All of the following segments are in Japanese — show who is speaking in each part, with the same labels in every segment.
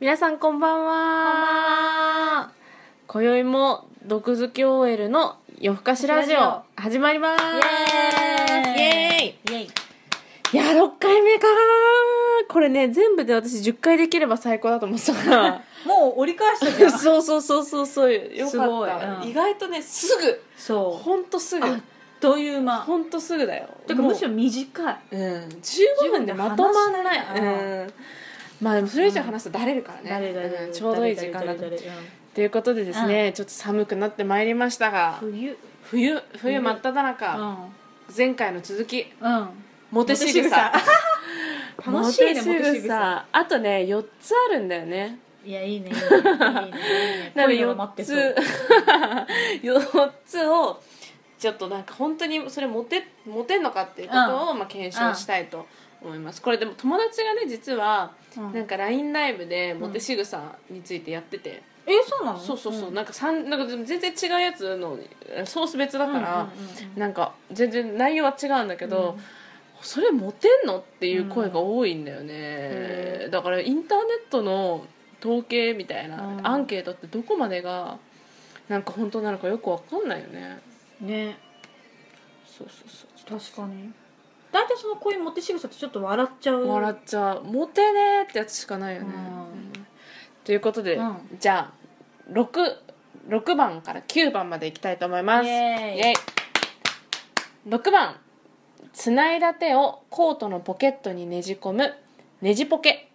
Speaker 1: 皆さんこんばんは今宵も毒好き OL の夜更かしラジ
Speaker 2: ラ
Speaker 1: オ始まります
Speaker 2: イエーイ
Speaker 1: イエーイいや6回目かこれね全部で私10回できれば最高だと思ってたから
Speaker 2: もう折り返したじゃん
Speaker 1: そうそうそうそうそうよ
Speaker 2: す
Speaker 1: か
Speaker 2: ごい
Speaker 1: った、
Speaker 2: うん
Speaker 1: 意外とねすぐ
Speaker 2: そ
Speaker 1: ほんとす
Speaker 2: う
Speaker 1: ぐ
Speaker 2: あっという間
Speaker 1: ほんとすぐだよ
Speaker 2: てか
Speaker 1: もう
Speaker 2: むしろ短い
Speaker 1: うん、15分でまとまんない
Speaker 2: 15分で話した
Speaker 1: うん、まあでもそれ以上話すとだれるからね、
Speaker 2: 誰々
Speaker 1: うんちょうどいい時間だとということでですね、ちょっと寒くなってまいりましたが
Speaker 2: 冬
Speaker 1: 冬冬
Speaker 2: 冬
Speaker 1: 真っ只
Speaker 2: う
Speaker 1: 中、
Speaker 2: ん
Speaker 1: 前回の続き
Speaker 2: うん
Speaker 1: モテ仕草
Speaker 2: 楽しいねモテ
Speaker 1: 仕草
Speaker 2: 仕草
Speaker 1: あとね4つあるんだよね
Speaker 2: いやいいねいいねいいね
Speaker 1: なの で
Speaker 2: こういうのが
Speaker 1: 4
Speaker 2: 待ってそう
Speaker 1: つ四つ をちょっとなんか本当にそれモテモテんのかっていうことを、まあ、検証したいと思います、これでも友達がね実は
Speaker 2: うん
Speaker 1: なんか LINE ライブでモテ仕草についてやってて、
Speaker 2: えそうなの
Speaker 1: そうそうそう、
Speaker 2: ん
Speaker 1: なんかさんなんかでも全然違うやつのソース別だから、
Speaker 2: うんうんうんうん
Speaker 1: なんか全然内容は違うんだけど、
Speaker 2: うん
Speaker 1: それモテんのっていう声が多いんだよね、
Speaker 2: う
Speaker 1: だからインターネットの統計みたいな、
Speaker 2: うん
Speaker 1: アンケートってどこまでがなんか本当なのかよくわかんないよね
Speaker 2: ね
Speaker 1: そうそうそう
Speaker 2: 確かに大体そのこういうモテ仕草ってちょっと笑っちゃう
Speaker 1: 笑っちゃうモテねーってやつしかないよね、
Speaker 2: うん
Speaker 1: ということで、
Speaker 2: うん
Speaker 1: じゃあ 6, 6番から9番までいきたいと思います
Speaker 2: イエーイ
Speaker 1: イエイ6番つないだ手をコートのポケットにねじ込むねじポケ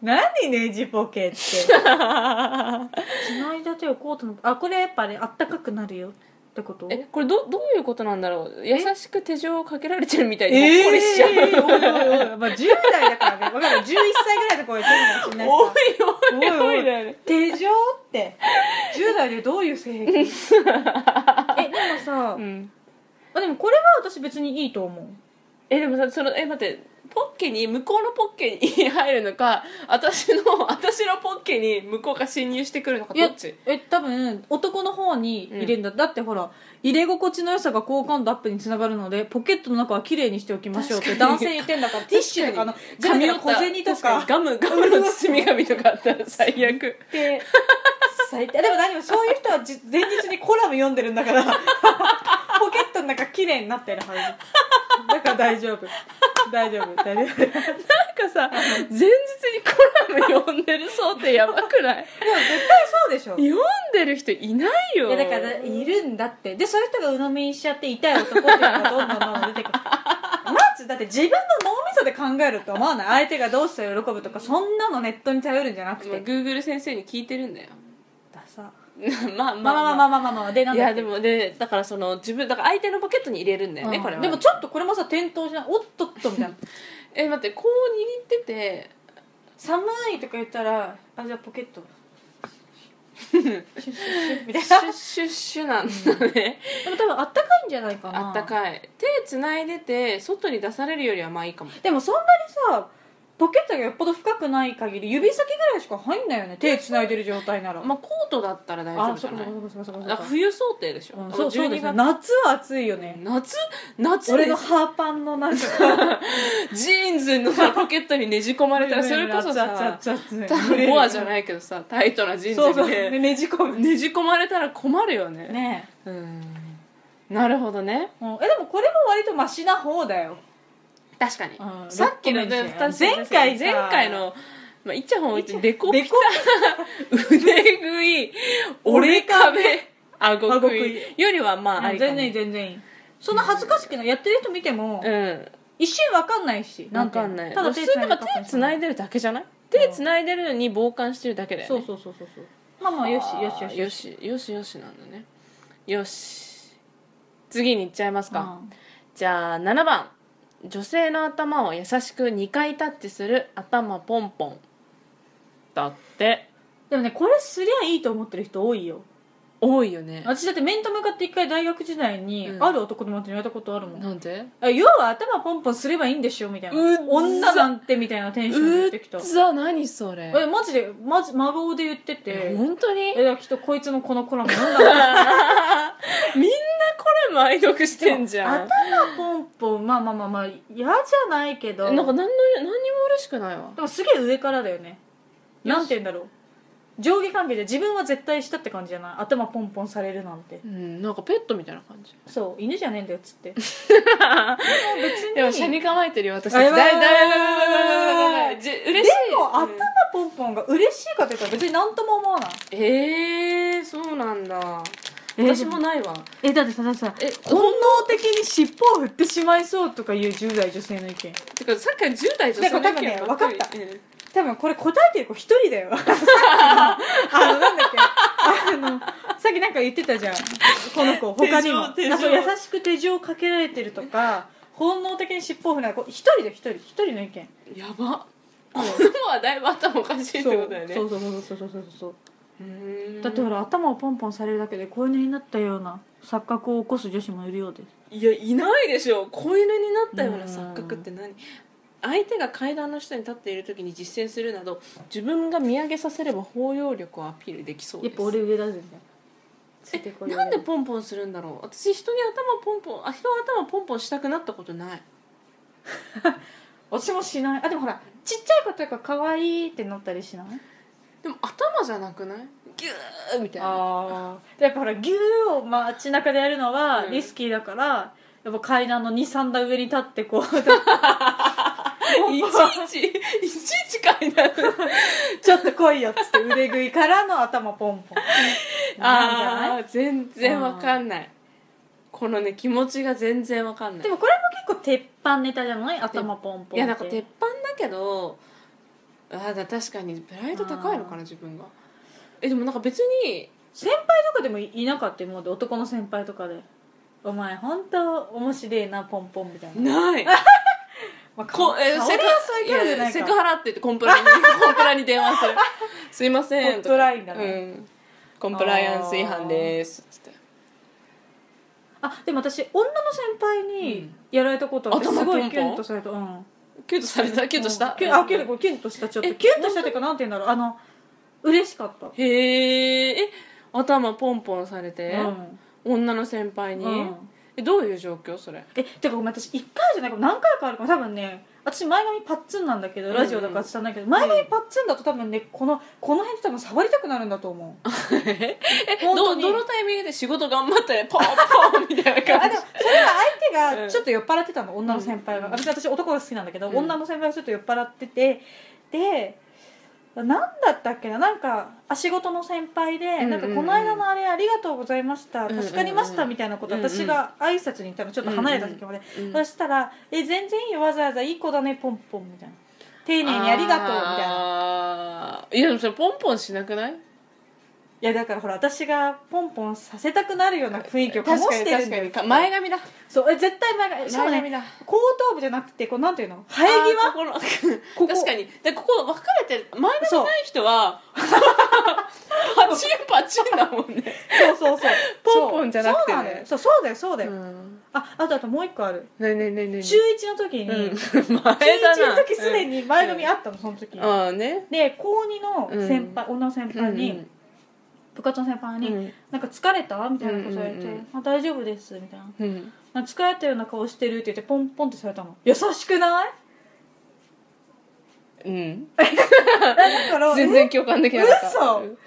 Speaker 2: 何ねジポ ケってつないだ手をコートのあこれやっぱねあったかくなるよってこと
Speaker 1: えこれどどういうことなんだろう優しく手錠をかけられてるみたいでほっ
Speaker 2: え
Speaker 1: こりしちゃう、
Speaker 2: ー おいおいおいまあ、10代だからね分かる11歳ぐらいでこうやってるかもしれない
Speaker 1: おい
Speaker 2: おい
Speaker 1: おいお
Speaker 2: お
Speaker 1: い
Speaker 2: い
Speaker 1: だよね
Speaker 2: 手錠って10代でどういう 性癖えでもさ、
Speaker 1: うん
Speaker 2: あでもこれは私別にいいと思う
Speaker 1: えでもさそのえ待ってポッケに向こうのポッケに入るのか私の私のポッケに向こうが侵入してくるのか
Speaker 2: い
Speaker 1: ど
Speaker 2: や
Speaker 1: っち
Speaker 2: え多分男の方に入れるんだ、だってほら入れ心地の良さが好感度アップにつながるのでポケットの中は綺麗にしておきましょうって
Speaker 1: 確かに
Speaker 2: 男性言ってんだからティッシュとかの
Speaker 1: 確かに
Speaker 2: 髪の小銭とか
Speaker 1: 確にガムガムの包み紙とかあったら最悪
Speaker 2: って最低でも何もそういう人 はじ前日にコラム読んでるんだからポケットの中綺麗になってるはずだから大丈夫大丈夫 大丈夫でも絶
Speaker 1: なんかさ前日にコラム読んでるそうってやばくない
Speaker 2: 対そうでしょ
Speaker 1: 読んでる人いないよ
Speaker 2: いやだからいるんだってでそういう人が鵜呑みにしちゃって痛い男っていうのがどんどんどんどん出てくるまずだって自分の脳みそで考えると思わない相手がどうしたら喜ぶとかそんなのネットに頼るんじゃなく
Speaker 1: まあ
Speaker 2: て
Speaker 1: Google 先生に聞いてるんだよ
Speaker 2: ださ
Speaker 1: まあま
Speaker 2: ま
Speaker 1: あ
Speaker 2: あまあまあまあまあまあでなん
Speaker 1: い
Speaker 2: だっ
Speaker 1: や
Speaker 2: け
Speaker 1: でもでだからその自分だから相手のポケットに入れるんだよね、
Speaker 2: うん
Speaker 1: これは
Speaker 2: でもちょっとこれもさ転倒しないおっとっとみたいな
Speaker 1: え待ってこう握ってて
Speaker 2: 寒いとか言ったらあじゃあポケッ トシュッシュッシュッみたい
Speaker 1: シュ
Speaker 2: な
Speaker 1: ッシュッシュなんだね、
Speaker 2: でも多分あったかいんじゃないかな
Speaker 1: あったかい手つないでて外に出されるよりはまあいいかも
Speaker 2: でもそんなにさポケットがよっぽど深くない限り指先ぐらいしか入んないよね手繋いでる状態なら、
Speaker 1: まあコートだったら大丈
Speaker 2: あ
Speaker 1: 夫じ
Speaker 2: そ
Speaker 1: ゃ
Speaker 2: こ
Speaker 1: な
Speaker 2: そ
Speaker 1: い
Speaker 2: こそこそこそこ
Speaker 1: あ冬想定でしょ、
Speaker 2: うん
Speaker 1: あ
Speaker 2: そうそうで
Speaker 1: 12
Speaker 2: すね
Speaker 1: 月
Speaker 2: 夏は暑いよね
Speaker 1: 夏夏
Speaker 2: 俺
Speaker 1: で
Speaker 2: の
Speaker 1: す
Speaker 2: ハーパン のなんか
Speaker 1: ジーンズのさポケットにねじ込まれた らそれこそさ
Speaker 2: 熱々熱々
Speaker 1: 多分モアじゃ
Speaker 2: い
Speaker 1: ないけどさタイトなジー
Speaker 2: そ
Speaker 1: ン
Speaker 2: う
Speaker 1: ズ
Speaker 2: そう
Speaker 1: に ね
Speaker 2: ねねじ込む
Speaker 1: ねじ込まれたら困るよね
Speaker 2: ね
Speaker 1: うんなるほどね
Speaker 2: うんえでもこれも割とマシな方だよ
Speaker 1: 確かに、
Speaker 2: うん
Speaker 1: さっきの
Speaker 2: 六個目にしよう
Speaker 1: 二つ
Speaker 2: 前回さ
Speaker 1: 前回の、まあ、一本置いてデコピ
Speaker 2: でこ
Speaker 1: 腕食い俺壁顎食
Speaker 2: 顎食
Speaker 1: い
Speaker 2: い
Speaker 1: よりはまああ
Speaker 2: 全
Speaker 1: りかも
Speaker 2: 然いい全然いいそんな恥ずかしくないやってる人見ても
Speaker 1: うん
Speaker 2: 一瞬わかんないし
Speaker 1: なん
Speaker 2: ていう
Speaker 1: か
Speaker 2: の
Speaker 1: ない
Speaker 2: ただ
Speaker 1: 普
Speaker 2: 手
Speaker 1: 通
Speaker 2: 繋
Speaker 1: なん
Speaker 2: いで
Speaker 1: か手つないでるだけじゃない手つないでるのに傍観してるだけだよね
Speaker 2: そうそうそうそうそうまあまあよしよしよし
Speaker 1: よしよしよしなんだねよし次に行っちゃいますか、
Speaker 2: うん
Speaker 1: じゃあ7番女性の頭を優しく2回タッチする頭ポンポンだって
Speaker 2: でもねこれすりゃいいと思ってる人多いよ
Speaker 1: 多いよね
Speaker 2: 私だって面と向かって一回大学時代に
Speaker 1: うん
Speaker 2: ある男友達に言われたことあるもん、
Speaker 1: なんで
Speaker 2: あ要は頭ポンポンすればいいんでしょみたいな
Speaker 1: うっざ
Speaker 2: 女なんてみたいなテンションで言ってきた
Speaker 1: うっざ何それ
Speaker 2: えマジでマジ真顔で言ってて
Speaker 1: 本当に
Speaker 2: えだからきっとこいつのこのコラムなんだろうな
Speaker 1: みんなこれも愛読してんじゃん
Speaker 2: 頭ポンポンまあまあまあまあ嫌じゃないけど
Speaker 1: なんか何の何にも嬉しくないわ
Speaker 2: でもすげえ上からだよねなんて言うんだろう上下関係で自分は絶対したって感じじゃない頭ポンポンされるなんて
Speaker 1: うんなんかペットみたいな感じ
Speaker 2: そう犬じゃねえんだよっつって でも別に
Speaker 1: でも車に構えてるよ私
Speaker 2: あ
Speaker 1: たち
Speaker 2: やばい
Speaker 1: だいだいだいだいだいだいだいだいじ嬉しい
Speaker 2: でも頭
Speaker 1: うん
Speaker 2: ポンポンが嬉しいかというと別に何とも思わない
Speaker 1: えー、そうなんだ
Speaker 2: えー
Speaker 1: 私もないわ
Speaker 2: えだってさだってさ
Speaker 1: え
Speaker 2: 本能的に尻尾を振ってしまいそうとかいう10代女性の意見
Speaker 1: てかさっきから10代女性
Speaker 2: だから多分ね
Speaker 1: の意見ばり
Speaker 2: 分かった
Speaker 1: うん
Speaker 2: 多分これ答えてる子一人 だよさっきのあのなんだっけあのさっきなんか言ってたじゃんこの子他にも
Speaker 1: 手錠手錠
Speaker 2: なんかそう優しく手錠をかけられてるとか本能的に尻尾を振らない子一人で一人一人の意 見
Speaker 1: やば子供はだいぶ頭おかしいってことだよね
Speaker 2: そうそうそうそうそうそうそう
Speaker 1: うーん
Speaker 2: だってほら頭をポンポンされるだけで子犬になったような錯覚を起こす女子もいるようです
Speaker 1: いやいないでしょ子犬になったような錯覚って何相手が階段の下に立っている時に実践するなど自分が見上げさせれば包容力をアピールできそうで
Speaker 2: や
Speaker 1: す
Speaker 2: っぱ俺上だぜみたいなついて
Speaker 1: え
Speaker 2: こいよ
Speaker 1: なんでポンポンするんだろう私人に頭ポンポンあ人が頭ポンポンしたくなったことない
Speaker 2: 私もしないあでもほらちっちゃい子というか可愛いってなったりしない
Speaker 1: でも頭じゃなくないギューみたいな
Speaker 2: ああやっぱほら牛を街中でやるのは
Speaker 1: うん
Speaker 2: リスキーだから、やっぱ階段の23段上に立ってこう
Speaker 1: いちいちいちいち階段
Speaker 2: ちょっと来いよっつって腕食いからの頭ポンポンなんじ
Speaker 1: あ
Speaker 2: ゃない
Speaker 1: あー全然わかんないこのね気持ちが全然わかんない
Speaker 2: でもこれも結構鉄板ネタじゃない頭ポンポンって
Speaker 1: いやなんか鉄板だけどあーだ確かにプライド高いのかな自分がえでもなんか別に
Speaker 2: 先輩とかでもいなかったもんで男の先輩とかで「お前本当面白いなポンポン」みたいな、
Speaker 1: ない
Speaker 2: まあ、
Speaker 1: こえ
Speaker 2: 顔
Speaker 1: セク
Speaker 2: 俺はそういうキャラじゃ
Speaker 1: い
Speaker 2: な
Speaker 1: や
Speaker 2: い
Speaker 1: セ
Speaker 2: か
Speaker 1: クハラって言ってコンプラにコンプラに電話するすいません
Speaker 2: ホッ
Speaker 1: と
Speaker 2: ト
Speaker 1: か
Speaker 2: ラインだね、
Speaker 1: うんコンプライアンス違反ですつって
Speaker 2: あでも私女の先輩
Speaker 1: う
Speaker 2: に
Speaker 1: ん
Speaker 2: やられたことあって
Speaker 1: 頭ポ
Speaker 2: す
Speaker 1: ンポ
Speaker 2: ご
Speaker 1: ン
Speaker 2: いキュンとされたうん
Speaker 1: キュンとされたキュンとした
Speaker 2: うんキュンあキュンとこうキュンとしたちょっと
Speaker 1: え
Speaker 2: キュンとしたっていうかなんて言うんだろうあの嬉しかった
Speaker 1: へーえ頭ポンポンされて、
Speaker 2: うん
Speaker 1: 女の先輩に、
Speaker 2: うん
Speaker 1: えどういう状況それ
Speaker 2: えてかごめん私1回じゃないかも何回かあるかも多分ね私前髪パッツンなんだけどラジオだから伝わんないけど、前髪パッツンだと多分ねこのこの辺で多分触りたくなるんだと思うえ
Speaker 1: どどのタイミングで仕事頑張ったらポンポンみたいな
Speaker 2: あ
Speaker 1: 感
Speaker 2: で
Speaker 1: じ
Speaker 2: もそれは相手
Speaker 1: う
Speaker 2: が
Speaker 1: ん
Speaker 2: ちょっと酔っ払ってたの女の先輩が、
Speaker 1: うん
Speaker 2: 私私男が好きなんだけど、
Speaker 1: うん
Speaker 2: 女の先輩がちょっと酔っ払っててで何だったっけななんかあ仕事の先輩で、
Speaker 1: うんうん
Speaker 2: なんかこの間のあれありがとうございました、
Speaker 1: うんうん
Speaker 2: 助かりましたみたいなこと、
Speaker 1: うんうん
Speaker 2: 私が挨拶に行ったのちょっと離れた時まで、
Speaker 1: うん
Speaker 2: そしたら「え全然いいよわざわざいい子だねポンポン」みたいな「丁寧にありがとう」みたいな
Speaker 1: な。いやでもそれポンポンしなくない
Speaker 2: いやだからほら私がポンポンさせたくなるような雰囲気を醸してるんだよ
Speaker 1: 確かに前髪だ
Speaker 2: そうえ絶対前がしかも
Speaker 1: 前
Speaker 2: ね
Speaker 1: 髪だ
Speaker 2: 後頭部じゃなくてこうなんていうの生え
Speaker 1: あ
Speaker 2: 際
Speaker 1: ーここ の
Speaker 2: ここ
Speaker 1: 確かにでここ分かれてる前髪
Speaker 2: そう
Speaker 1: ない人 はパチンパチンだもんね
Speaker 2: そうそうそう
Speaker 1: ポンポンじゃなくてね
Speaker 2: そうそうなのよそうそうだよそうだよ、
Speaker 1: ん
Speaker 2: ああとあともう一個ある
Speaker 1: ねねねね
Speaker 2: 中1の時に、
Speaker 1: うん
Speaker 2: 中
Speaker 1: 前だな
Speaker 2: 1の時すでに前髪あったのその時、
Speaker 1: うんああね
Speaker 2: で高2の先輩、女の先輩に、部活の先輩に、
Speaker 1: うん
Speaker 2: なんか疲れた?」みたいなことされて「
Speaker 1: うんうんうん
Speaker 2: あ大丈夫です」みたいな
Speaker 1: うん
Speaker 2: 「なんか疲れたような顔してる」って言ってポンポンってされたの優しくない
Speaker 1: うん
Speaker 2: だから
Speaker 1: 全然共感できなかった
Speaker 2: 嘘
Speaker 1: うん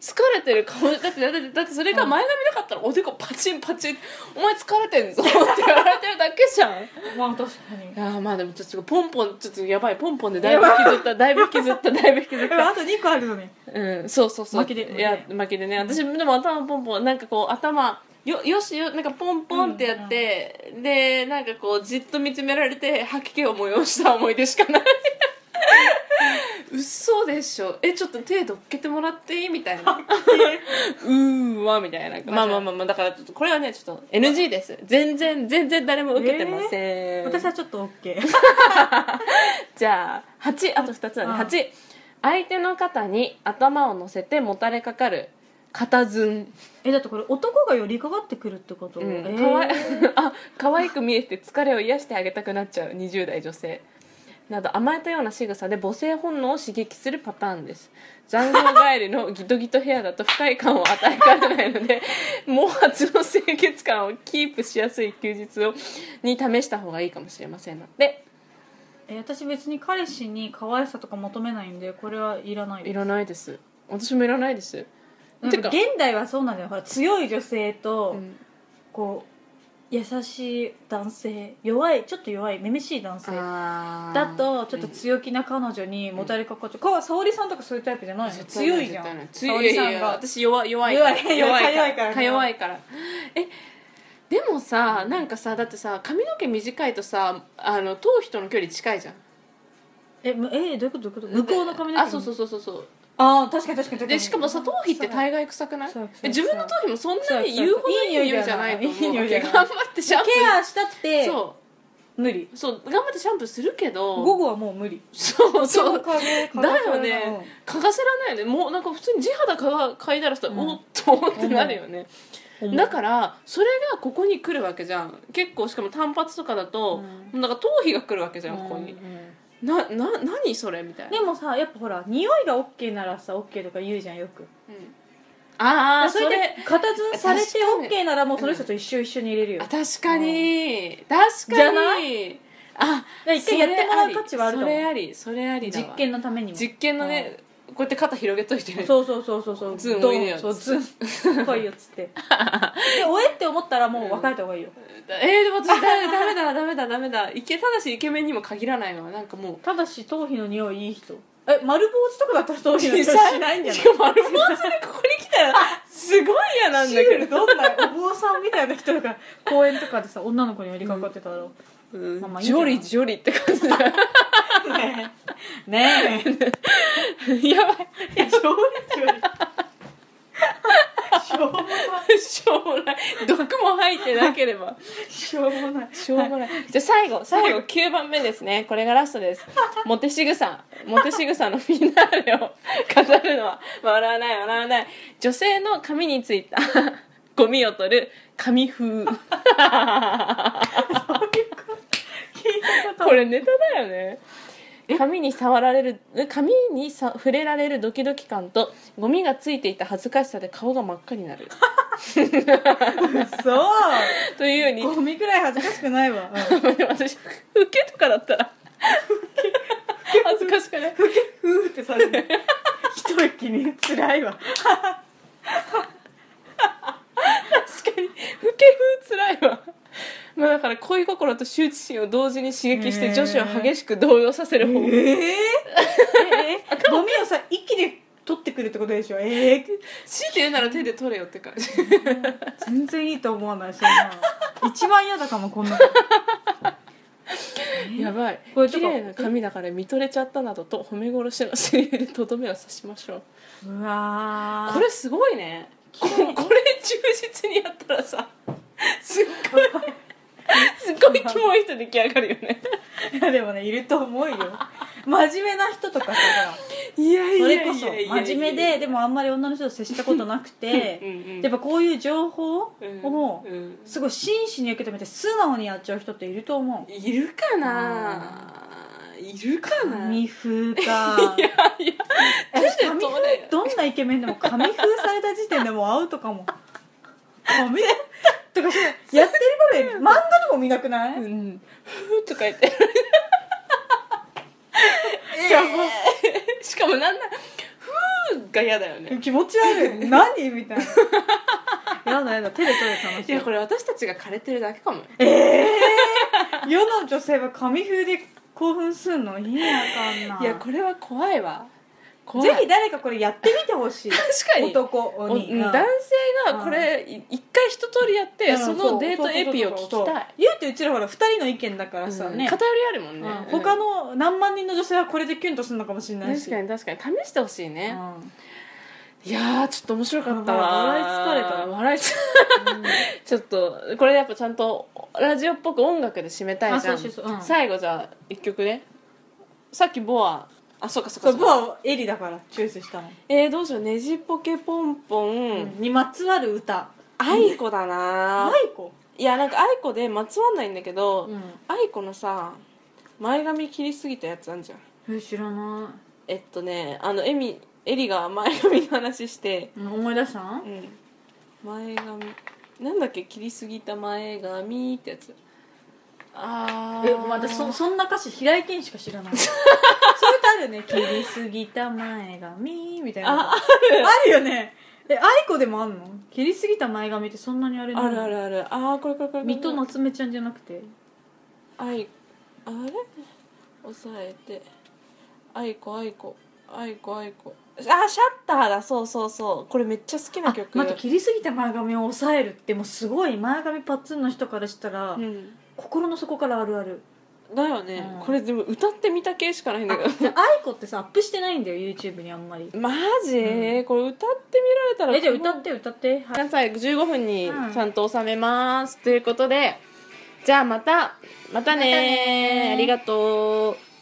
Speaker 1: 疲れてる顔だってだってだってそれが前髪なかったらおでこパチンパチンお前疲れてんぞって言われてるだけじゃん
Speaker 2: えまあ確かに
Speaker 1: いやーまあでもちょっとポンポンちょっとやばいポンポンでだいぶ引きずっただいぶ引きずっただいぶ引きずっ
Speaker 2: でもあと2個あるのに
Speaker 1: たうんそうそうそう
Speaker 2: 巻きで
Speaker 1: いや巻きでね私でも頭ポンポンなんかこう頭よよしよなんかポンポンってやって、でなんかこうじっと見つめられて吐き気を催した思い出しかない 嘘でしょえちょっと手どっけてもらっていいみたい なうーわみたいなまあまあまあまあだからちょっとこれはねちょっと NG です全然全然誰も受けてません、
Speaker 2: 私はちょっと OK
Speaker 1: じゃあ八あと二つだね
Speaker 2: うん
Speaker 1: 八相手の肩に頭を乗せてもたれかかる肩ずん、
Speaker 2: えだってこれ男が寄りかかってくるってこと、
Speaker 1: うん
Speaker 2: えー
Speaker 1: かわい あ可愛く見えて疲れを癒してあげたくなっちゃう20代女性など甘えたような仕草で母性本能を刺激するパターンです残業帰りのギトギトヘアだと不快感を与えかねないので 毛髪の清潔感をキープしやすい休日をに試した方がいいかもしれませんので
Speaker 2: え私別に彼氏に可愛さとか求めないんでこれはいらない
Speaker 1: いらないです私もいらないです
Speaker 2: なん
Speaker 1: て
Speaker 2: か
Speaker 1: か
Speaker 2: 現代はそうなんだよほら強い女性と、
Speaker 1: うん
Speaker 2: こう優しい男性弱いちょっと弱いめめしい男性
Speaker 1: あー
Speaker 2: だとちょっと強気な彼女にもたれかかっちゃう、か沙織さんとかそういうタイプじゃないの
Speaker 1: 絶対な
Speaker 2: 強いじゃん
Speaker 1: 絶対な
Speaker 2: 沙
Speaker 1: 強い
Speaker 2: 織
Speaker 1: い
Speaker 2: さ
Speaker 1: や
Speaker 2: ん
Speaker 1: いや
Speaker 2: が
Speaker 1: 私弱い弱いから
Speaker 2: 弱い弱
Speaker 1: 弱
Speaker 2: い
Speaker 1: い
Speaker 2: 弱いからね
Speaker 1: 弱いからえでもさなんかさだってさ髪の毛短いとさあの頭皮との距離近いじゃん
Speaker 2: えむえどういうことどういうこと向こうの髪の毛
Speaker 1: あそうそうそうそうそう
Speaker 2: あー確かに確かに確か
Speaker 1: で
Speaker 2: に
Speaker 1: しかもさ頭皮って大概臭くない
Speaker 2: そうそうそう
Speaker 1: え自分の頭皮もそんなに言うほどいい匂いじゃないと思
Speaker 2: いいう匂
Speaker 1: わ
Speaker 2: いじ
Speaker 1: け
Speaker 2: ゃな い
Speaker 1: 頑張ってシャンプ
Speaker 2: ケアしたって
Speaker 1: ーそ
Speaker 2: 無理
Speaker 1: うそう頑張ってシャンプーするけど
Speaker 2: 午後はもう無理
Speaker 1: そうそう
Speaker 2: だ
Speaker 1: だよね嗅がせられないよねもうなんか普通に地肌か嗅いだらさ、
Speaker 2: うん
Speaker 1: おっとってなるよね、だ
Speaker 2: ら
Speaker 1: からそれがここに来るわけじゃん結構しかも単発とかだと、
Speaker 2: う
Speaker 1: なんか頭皮が来るわけじゃんここに、なな何それみたいな、
Speaker 2: でもさやっぱほら匂いが OK ならさ OK とか言うじゃんよく
Speaker 1: うんああそ
Speaker 2: それ
Speaker 1: れ
Speaker 2: で片ずんされて
Speaker 1: 確か
Speaker 2: OK ならもうその人と一緒一緒に入れるよ
Speaker 1: あ確かに確かに
Speaker 2: じゃな
Speaker 1: あ
Speaker 2: だから一回やってもらう価値はあると
Speaker 1: そ
Speaker 2: 思
Speaker 1: れ
Speaker 2: う
Speaker 1: ありそれありだわ
Speaker 2: 実験のためにも
Speaker 1: 実験のね、こうやって肩広げといてね
Speaker 2: そうそうそうそうそう
Speaker 1: ズン
Speaker 2: ド
Speaker 1: おいでよ
Speaker 2: ンそうズン来いよっつってでおえって思ったらもう別れた方がいいよ
Speaker 1: えー、でも私だダメだダメだダメだイケただしイケメンにも限らないのはなんかもう
Speaker 2: ただし頭皮の匂いいい人え丸坊主とかだった ら頭皮の匂いしないんじゃない
Speaker 1: しかも丸坊主でここに来たらすごい嫌なんだけど、
Speaker 2: どんなお坊さんみたいな人が公園とかでさ女の子に寄りかかってたろ
Speaker 1: うん
Speaker 2: まあまあいい
Speaker 1: ジ
Speaker 2: けど
Speaker 1: ョリジョリって感じ だ
Speaker 2: ねえねえ
Speaker 1: やばい
Speaker 2: 将来しょうもない
Speaker 1: しょうもない毒も入ってなければ
Speaker 2: しょうもない
Speaker 1: しょうもないじゃあ最後最後9番目ですねこれがラストですモテ仕草モテ仕草のフィナーレを飾るのは笑わない笑わない女性の髪についたゴミを取る髪風
Speaker 2: 聞いたこと
Speaker 1: これネタだよね髪に触られる髪にさ触れられるドキドキ感とゴミがついていた恥ずかしさで顔が真っ赤になる
Speaker 2: そ
Speaker 1: というように
Speaker 2: うゴミくらい恥ずかしくないわ、うん
Speaker 1: でも 私ウケとかだったら 恥ずかしくない
Speaker 2: ふーってされて一息に辛いわ
Speaker 1: 確かに不景風つらいわまあだから恋心と羞恥心を同時に刺激して女子を激しく動揺させる
Speaker 2: え
Speaker 1: 方法、
Speaker 2: ええゴミをさ一気で取ってくるってことでしょええ
Speaker 1: 強いて言うなら手で取れよって感じ
Speaker 2: 全然いいと思わないそんなの一番嫌だかもこんなの
Speaker 1: やばい
Speaker 2: これと
Speaker 1: 綺
Speaker 2: か
Speaker 1: 麗な髪だから見とれちゃったなどと褒め殺しのセリフでとどめを刺しましょう
Speaker 2: うわー
Speaker 1: これすごいねここれ忠実にやったらさすっごいすっごいキモい人出来上がるよね
Speaker 2: いやでもねいると思うよ真面目な人とかさ
Speaker 1: いやい
Speaker 2: そ
Speaker 1: やい
Speaker 2: れ
Speaker 1: や
Speaker 2: こ
Speaker 1: い
Speaker 2: そ
Speaker 1: やいや
Speaker 2: 真面目ででもあんまり女の人と接したことなく
Speaker 1: うん
Speaker 2: て
Speaker 1: うん
Speaker 2: やっぱこういう情報を
Speaker 1: うんうん
Speaker 2: すごい真摯に受け止めて素直にやっちゃう人っていると思う
Speaker 1: いるかないるかな
Speaker 2: 紙風か
Speaker 1: いやいや
Speaker 2: 私
Speaker 1: 手で
Speaker 2: 紙
Speaker 1: 取れ
Speaker 2: 風
Speaker 1: よ
Speaker 2: どんなイケメンでも紙風された時点でもうアウトかも紙とかしてやってる場面漫画でも見なくない
Speaker 1: うんふーとか言って しかもなんだふーが嫌だよね
Speaker 2: 気持ち悪い何みたいなやだやだ手で取る楽し
Speaker 1: いやこれ私たちが枯れてるだけかも
Speaker 2: 世の女性は紙風で興奮すんの意味わかんない
Speaker 1: いやこれは怖いわ怖い
Speaker 2: ぜひ誰かこれやってみてほしい
Speaker 1: 確かに
Speaker 2: 男
Speaker 1: おう
Speaker 2: に
Speaker 1: ん
Speaker 2: うん
Speaker 1: 男性がこれい一回一通りやって、
Speaker 2: うん
Speaker 1: そのデートエピを聞
Speaker 2: そう
Speaker 1: き
Speaker 2: そうそう
Speaker 1: た
Speaker 2: そう
Speaker 1: い
Speaker 2: 言うてうちらほら2人の意見だからさ
Speaker 1: うん
Speaker 2: ね、
Speaker 1: 偏りあるもんね、
Speaker 2: うん他
Speaker 1: の
Speaker 2: の何万人の女性はこれでキュンとするのかもしれないし
Speaker 1: 確かに確かに試してほしいね、
Speaker 2: うん
Speaker 1: いやーちょっと面白かったわ
Speaker 2: 笑い疲れた
Speaker 1: 笑い疲れたちょっとこれやっぱちゃんとラジオっぽく音楽で締めたいじゃん
Speaker 2: あそうそうそううん
Speaker 1: 最後じゃあ一曲ねさっきボアあそうかそうか
Speaker 2: そう
Speaker 1: そう
Speaker 2: 僕
Speaker 1: か
Speaker 2: はエリだからチュースしたの、
Speaker 1: えー、どうしようねじポケポンポン、
Speaker 2: にまつわる歌
Speaker 1: あいこだな
Speaker 2: 愛子、
Speaker 1: いやなんかあいこでまつわんないんだけど、あいこのさ前髪切りすぎたやつあんじゃん
Speaker 2: え知らな
Speaker 1: えっとねあのエミエリが前髪の話して
Speaker 2: い、思い出したん
Speaker 1: うん前髪なんだっけ切りすぎた前髪ってやつあ
Speaker 2: えまたそそんな歌詞平井堅しか知らない そういう歌あるね「切りすぎた前髪」みたいな
Speaker 1: あ
Speaker 2: あるよねえ愛子でもあんの切りすぎた前髪ってそんなにあれなの
Speaker 1: あるあるあるあーこれこれこれこれ
Speaker 2: 水戸夏目ちゃんじゃなくて
Speaker 1: 愛あれ抑えて愛子愛子愛子愛子あシャッターだそうそうそうこれめっちゃ好きな
Speaker 2: あ
Speaker 1: 曲
Speaker 2: 待って切りすぎた前髪を抑えるってもうすごい前髪パッツンの人からしたら、
Speaker 1: うん
Speaker 2: 心の底からあるある
Speaker 1: だよね、
Speaker 2: うん
Speaker 1: これでも歌ってみた系しかないんだけ
Speaker 2: で愛子ってさアップしてないんだよ YouTube にあんまり
Speaker 1: どマジ、
Speaker 2: う
Speaker 1: これ歌ってみられたら
Speaker 2: えじゃあ歌って歌って
Speaker 1: ごめんなさい15分に
Speaker 2: うん
Speaker 1: ちゃんと収めます、ということでじゃあまたまたね
Speaker 2: またね
Speaker 1: ありがとう